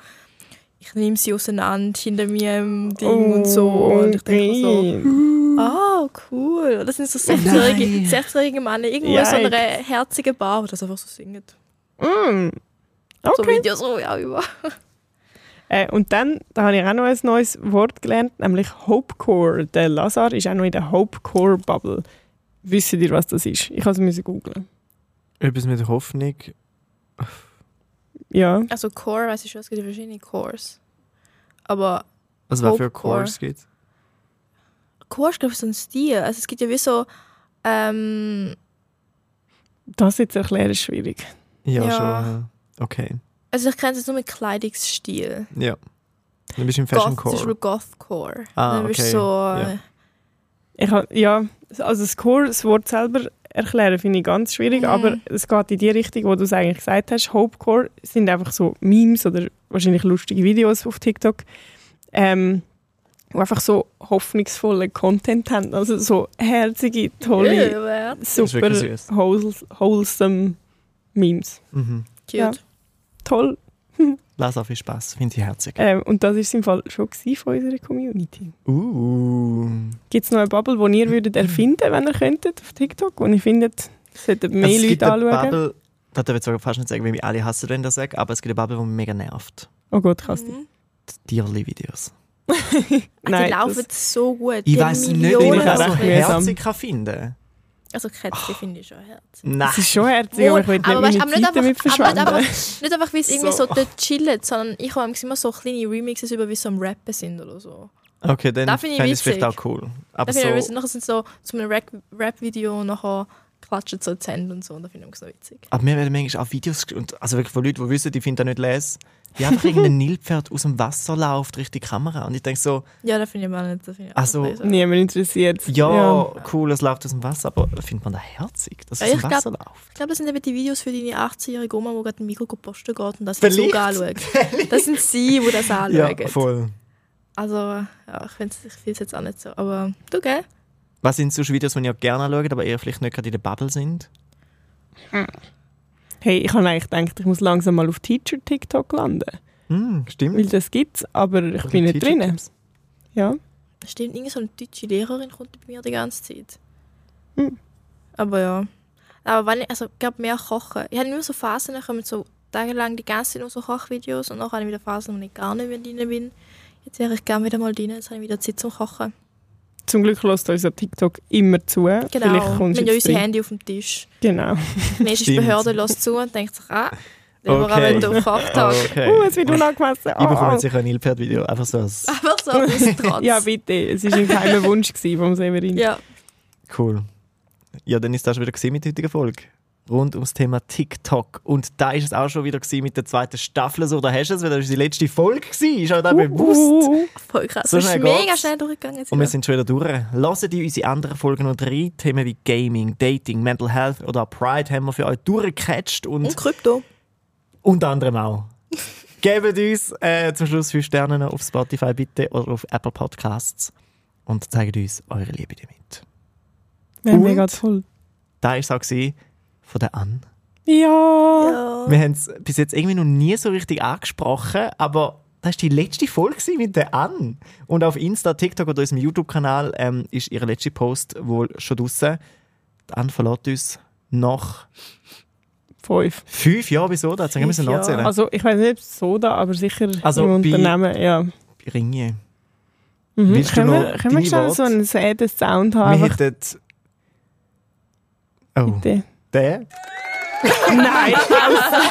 S1: ich nehme sie auseinander hinter mir im Ding
S2: Oh,
S1: und so und ich denke mir so,
S2: okay.
S1: ah cool. Das sind so 60-jährige 60-jährige Männer irgendwo in so einer herzigen Bar, wo das einfach so singt.
S2: Mm.
S1: hm. So
S2: Okay.
S1: Videos, oh ja, über.
S2: äh, und dann, da habe ich auch noch ein neues Wort gelernt, nämlich Hopecore. Der Lazar ist auch noch in der Hopecore-Bubble. Wisst ihr, was das ist? Ich musste es googeln.
S3: Etwas mit Hoffnung.
S2: Ja.
S1: Also Core, weiß ich schon, es gibt ja verschiedene Cores. Aber
S3: Also, was für
S1: Hopecore.
S3: Chorus gibt
S1: Chorus, glaube ich, so ein Stil. Also es gibt ja wie so, ähm,
S2: Das jetzt erklären ist schwierig.
S3: Ja,
S1: Ja.
S3: schon. ja. Okay.
S1: also ich kenne es jetzt nur mit Kleidungsstil.
S3: Ja. Dann bist du im Fashion
S1: Goth, zum
S3: Core.
S1: Beispiel Gothcore.
S3: Ah,
S1: Dann bist du
S3: okay.
S1: so,
S3: Ja.
S1: äh,
S2: Ich, ha- ja, also das Core, das Wort selber erklären finde ich ganz schwierig,
S1: Mhm.
S2: aber es geht in die Richtung, wo du es eigentlich gesagt hast. Hopecore sind einfach so Memes oder wahrscheinlich lustige Videos auf TikTok, ähm, wo einfach so hoffnungsvollen Content haben, also so herzige, tolle,
S1: äh, cute.
S3: ist
S2: super
S3: wirklich süß.
S2: wholes- wholesome Memes.
S3: Mhm.
S2: Ja. Toll.
S3: Lass auf viel Spaß, finde ich herzig.
S2: Ähm, und das ist im Fall schon gewesen von unserer Community.
S3: Uh.
S2: Gibt es noch eine Bubble, die ihr würdet erfinden wenn ihr könntet auf TikTok? Und ich finde, sollten mehr
S3: es gibt
S2: Leute
S3: eine
S2: anschauen.
S3: Bubble, das darf ich jetzt fast nicht sagen, weil mich alle hassen, wenn ich das sage, aber es gibt eine Bubble, die mich mega nervt.
S2: Oh Gott, Kasti.
S1: Mhm.
S3: Die Tierli-Videos.
S1: Ah, die laufen so gut.
S3: Ich
S1: Die
S3: weiß
S1: haben
S3: nicht, wie ich
S1: Millionen
S3: das so
S2: Sachen.
S1: Aufrufe.
S3: herzig kann finden
S1: Also Kätzchen finde ich schon herzig.
S3: Nein.
S2: das, das ist schon herzig, aber ich will nicht
S1: aber, weißt,
S2: meine
S1: aber nicht
S2: Zeit
S1: einfach, aber
S2: damit
S1: nicht
S2: verschwenden.
S1: einfach, nicht einfach weil es irgendwie so
S3: So.
S1: dort chillt, sondern ich habe immer so kleine Remixes über, wie sie am Rappen sind oder so.
S3: Okay, dann
S1: Das finde
S3: fände
S1: ich
S3: ich es
S1: witzig.
S3: vielleicht auch cool. Aber
S1: Da finde ich,
S3: so,
S1: so. nachher sind so zu einem Rap- Rap-Video und nachher klatschen so die Hände und so und da finde ich es noch witzig.
S3: aber mir werden manchmal auch Videos, gesch- und, also wirklich von Leuten, die wissen, die finden das nicht lesen, wie einfach irgendein Nilpferd aus dem Wasser läuft, Richtung Kamera. Und ich denke so,
S1: Ja, da finde ich mal nicht. da finde ich auch
S3: Also,
S1: nicht so.
S2: Niemand interessiert.
S3: ja, cool, es läuft aus dem Wasser, aber findet man da herzig, dass es
S1: Ja,
S3: aus dem
S1: ich glaub-
S3: Wasser läuft?
S1: Ich glaube, das sind eben die Videos für deine 18-jährige Oma, die gerade ein Mikro posten geht und das so
S3: Vielleicht.
S1: anschaut. Das sind sie, die das anschauen.
S3: voll.
S1: also, ja, ich finde es jetzt auch nicht so. Aber du, gell?
S3: Was sind so Videos, die ihr gerne anschaut, aber eher vielleicht nicht gerade in der Bubble sind?
S2: Hey, ich habe eigentlich gedacht, ich muss langsam mal auf Teacher-TikTok landen.
S3: Hm,
S2: Weil
S3: stimmt.
S2: das gibt es, aber ich bin nicht
S3: Teacher-Tipps.
S2: drin. Ja.
S1: Stimmt, irgendeine so eine deutsche Lehrerin kommt bei mir die ganze Zeit.
S2: Hm.
S1: Aber ja, Aber wenn ich, also, ich glaube, mehr kochen. Ich habe immer so Phasen, da kommen so tagelang die ganze Zeit nur so Kochvideos und dann habe ich wieder Phasen, wo ich gar nicht mehr drin bin. Jetzt wäre ich gerne wieder mal drin, jetzt habe ich wieder Zeit zum Kochen.
S2: Zum Glück lässt unser TikTok immer zu. Genau.
S1: Genau,
S2: Vielleicht
S1: wir haben
S2: kommst du
S1: ja
S2: jetzt
S1: unser
S2: rein.
S1: Handy auf dem Tisch.
S2: Genau.
S1: Meistens
S3: Stimmt.
S1: Behörde lässt zu und denkt sich, ah, überall
S3: Okay. Oh.
S1: wenn du auf Fachtag.
S3: Okay.
S2: Uh, es wird unangemessen.
S3: Ich bekomme
S2: Ah,
S3: jetzt sicher ein Nilpferd-Video, einfach so als
S1: Einfach so aus Trotz.
S2: Ja, bitte. Es war ein geheimer Wunsch gewesen vom Severin.
S1: Ja.
S3: cool. Ja, dann ist das schon wieder gewesen mit der heutigen Folge. Rund ums Thema TikTok. Und da ist es auch schon wieder gewesen mit der zweiten Staffel. So, da hast du es, weil das war die letzte Folge. gewesen. Ist auch da bewusst.
S2: Uh,
S1: voll krass.
S3: So
S1: Das ist
S3: schnell
S1: mega
S3: geht's.
S1: schnell durchgegangen. jetzt
S3: Und wir
S1: wieder.
S3: sind schon wieder durch. Lasst ihr unsere anderen Folgen noch rein. Themen wie Gaming, Dating, Mental Health oder auch Pride haben wir für euch durchgecatcht. Und
S1: Und Krypto.
S3: Unter anderem auch. Gebt uns äh, zum Schluss 5 Sterne noch auf Spotify bitte oder auf Apple Podcasts und zeigt uns eure Liebe damit.
S2: wäre
S3: Und?
S2: mega toll.
S3: Da war es auch gewesen von der Anne.
S2: Ja.
S1: Ja.
S3: Wir haben es bis jetzt irgendwie noch nie so richtig angesprochen, aber das war die letzte Folge gewesen mit der Anne. Und auf Insta, TikTok oder unserem YouTube-Kanal ähm, ist ihr letzter Post wohl schon draussen. Die Anne verlässt uns nach
S2: Fünf.
S3: fünf Jahren. Wieso? Da müssen wir müssen
S1: Fünf Jahre.
S3: nachzählen.
S2: Also, ich weiß nicht, ob Soda, aber sicher
S3: Also
S2: im
S3: bei-
S2: Unternehmen. Ja. Mhm.
S3: Ringe.
S2: Können
S3: Willst du noch
S2: wir, können
S3: deine
S2: wir schnell
S3: Worte?
S2: so einen säden Sound haben?
S1: Also-
S3: Wir
S2: Einfach
S3: hätten... Oh,
S2: bitte.
S3: der?
S2: Nein, also.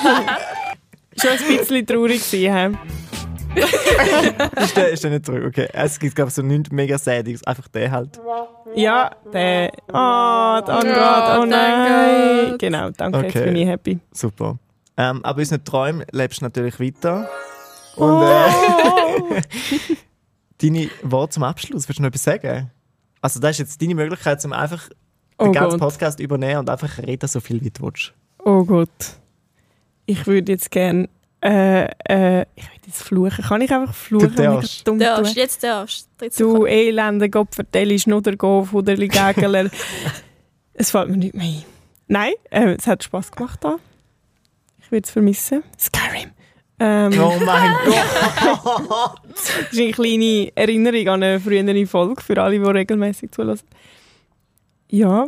S2: Schon ein bisschen traurig gewesen. hä?
S3: Ist der, ist der nicht zurück? Okay. Es gibt, glaube ich, so nichts mega Sädiges. Einfach der halt.
S2: Ja, der. Oh, oh Gott, oh nein. Genau, danke, jetzt
S3: Okay.
S2: bin ich happy.
S3: Super. Ähm, aber unsere Träume lebst du natürlich weiter. Und
S1: Oh!
S3: äh, deine Worte zum Abschluss, willst du noch etwas sagen? Also, das ist jetzt deine Möglichkeit, um einfach den
S2: Oh
S3: ganzen
S2: Gott.
S3: Podcast übernehmen und einfach reden, so viel wie du willst.
S2: Oh Gott. Ich würde jetzt gerne. Äh, äh, ich würde jetzt fluchen. Kann ich einfach fluchen?
S3: Du
S2: wenn
S3: darfst.
S2: ich das dumm
S1: Darfst,
S2: tue?
S1: jetzt darfst Dritte
S2: Du
S1: Sekunde.
S2: elende Gopfertelli, Schnuddergof, Huderli, Gägeler. es fällt mir nicht mehr ein. Nein, äh, es hat Spass gemacht da. Ich würde es vermissen. Skyrim. Ähm,
S3: Oh mein Gott!
S2: Das ist eine kleine Erinnerung an eine frühere Folge für alle, die regelmäßig zulassen. Ja.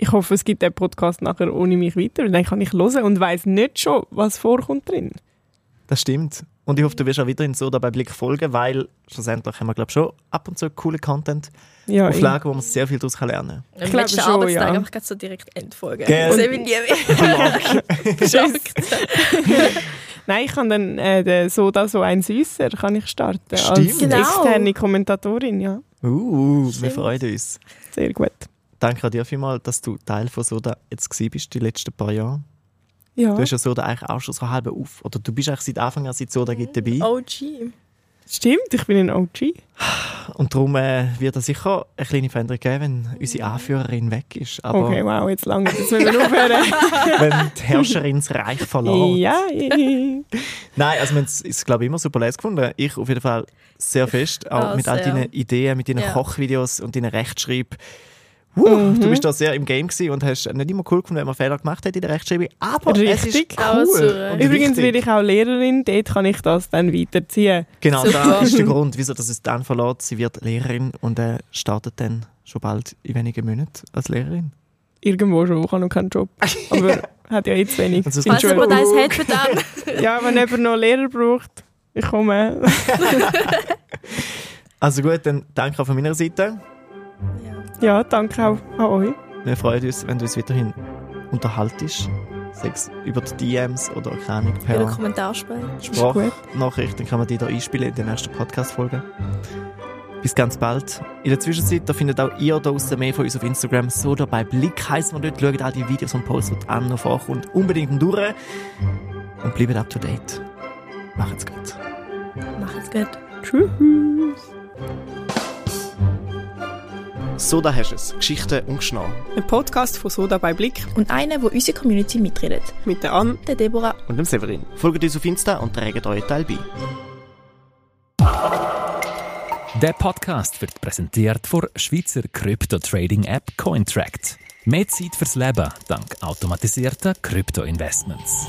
S2: Ich hoffe, es gibt den Podcast nachher ohne mich weiter, weil dann kann ich hören und weiß nicht schon, was vorkommt drin.
S3: Das stimmt. Und ich hoffe, du wirst auch weiterhin so dabei Blick folgen, weil schlussendlich haben wir, glaube ich, schon ab und zu coolen Content
S2: Ja,
S3: auf
S2: ich-
S3: Lager, wo man sehr viel daraus lernen kann.
S1: Am
S2: glaube
S1: letzten
S2: schon,
S1: Arbeitstag
S2: ja.
S1: einfach gerade so direkt Endfolge.
S3: Gell.
S1: Sehen wir nie mehr.
S2: Nein, ich kann dann äh, den Soda so ein Süßer kann ich starten. Als
S3: Stimmt.
S1: Genau.
S2: externe Kommentatorin, ja.
S3: Uh, wir
S1: Stimmt.
S3: freuen uns.
S2: Sehr gut.
S3: Danke an dir vielmals, dass du Teil von Soda jetzt gewesen bist, die letzten paar Jahre.
S2: Ja,
S3: Du hast ja Soda eigentlich auch schon so halb auf. Oder du bist eigentlich seit Anfang an, seit Soda gibt
S2: Oh,
S3: dabei.
S1: Oh, OG.
S2: stimmt, ich bin ein OG.
S3: Und darum äh, wird es sicher eine kleine Veränderung geben, wenn unsere Anführerin weg ist. Aber
S2: Okay, wow, jetzt lange. Jetzt müssen wir aufhören.
S3: wenn die Herrscherin das Reich verlässt.
S2: ja,
S3: Nein, also wir haben es, glaube ich, immer super leise gefunden. Ich auf jeden Fall sehr fest. Auch
S1: auch
S3: mit all
S1: sehr.
S3: deinen Ideen, mit deinen
S1: Ja.
S3: Kochvideos und deinen Rechtschreib. Wuh,
S2: Mhm.
S3: Du bist da sehr im Game gewesen und hast nicht immer cool gefunden, wenn man Fehler gemacht hat in der Rechtschreibung. Aber es ist
S2: Richtig.
S3: cool.
S1: Aber super.
S3: und
S2: Übrigens
S3: wichtig.
S2: werde ich auch Lehrerin, dort kann ich das dann weiterziehen.
S3: Genau,
S1: Super.
S3: das ist der Grund, wieso das es dann verlässt. Sie wird Lehrerin und äh, startet dann schon bald in wenigen Monaten als Lehrerin.
S2: Irgendwo schon, ich habe noch keinen Job. Aber hat ja jetzt wenig.
S3: Das ist
S2: Bin
S1: Falls
S2: schon-
S1: jemand eins hat, verdammt.
S2: ja, wenn jemand noch Lehrer braucht, ich komme.
S3: Also gut, dann danke auch von meiner Seite.
S2: Ja, danke auch an euch.
S3: Wir freuen uns, wenn du uns weiterhin unterhaltest. Sechs über die DMs oder keine Ahnung,
S1: Wieder
S3: per
S1: Kommentarspiel.
S2: Ist gut.
S3: Sprachnachricht. Dann kann man die hier einspielen in der nächsten Podcast-Folge. Bis ganz bald. In der Zwischenzeit da findet auch ihr da draussen mehr von uns auf Instagram. So dabei Blick heißt man dort. Schaut all die Videos und Posts, die Anne noch vorkommt, unbedingt durch. Und bleibt up to date. Macht's gut.
S1: Mach es gut.
S2: Tschüss.
S4: So da hast du es. Geschichten ungeschnau.
S2: Ein Podcast von Soda bei Blick
S1: Und einer, wo unsere Community mitredet.
S2: mit der Anne.
S1: Der Deborah
S4: Und dem Severin. Folgt uns auf Insta und trägt euren Teil bei.
S5: Der Podcast wird präsentiert von der Schweizer Krypto-Trading-App Cointract. Mehr Zeit fürs Leben dank automatisierter Krypto-Investments.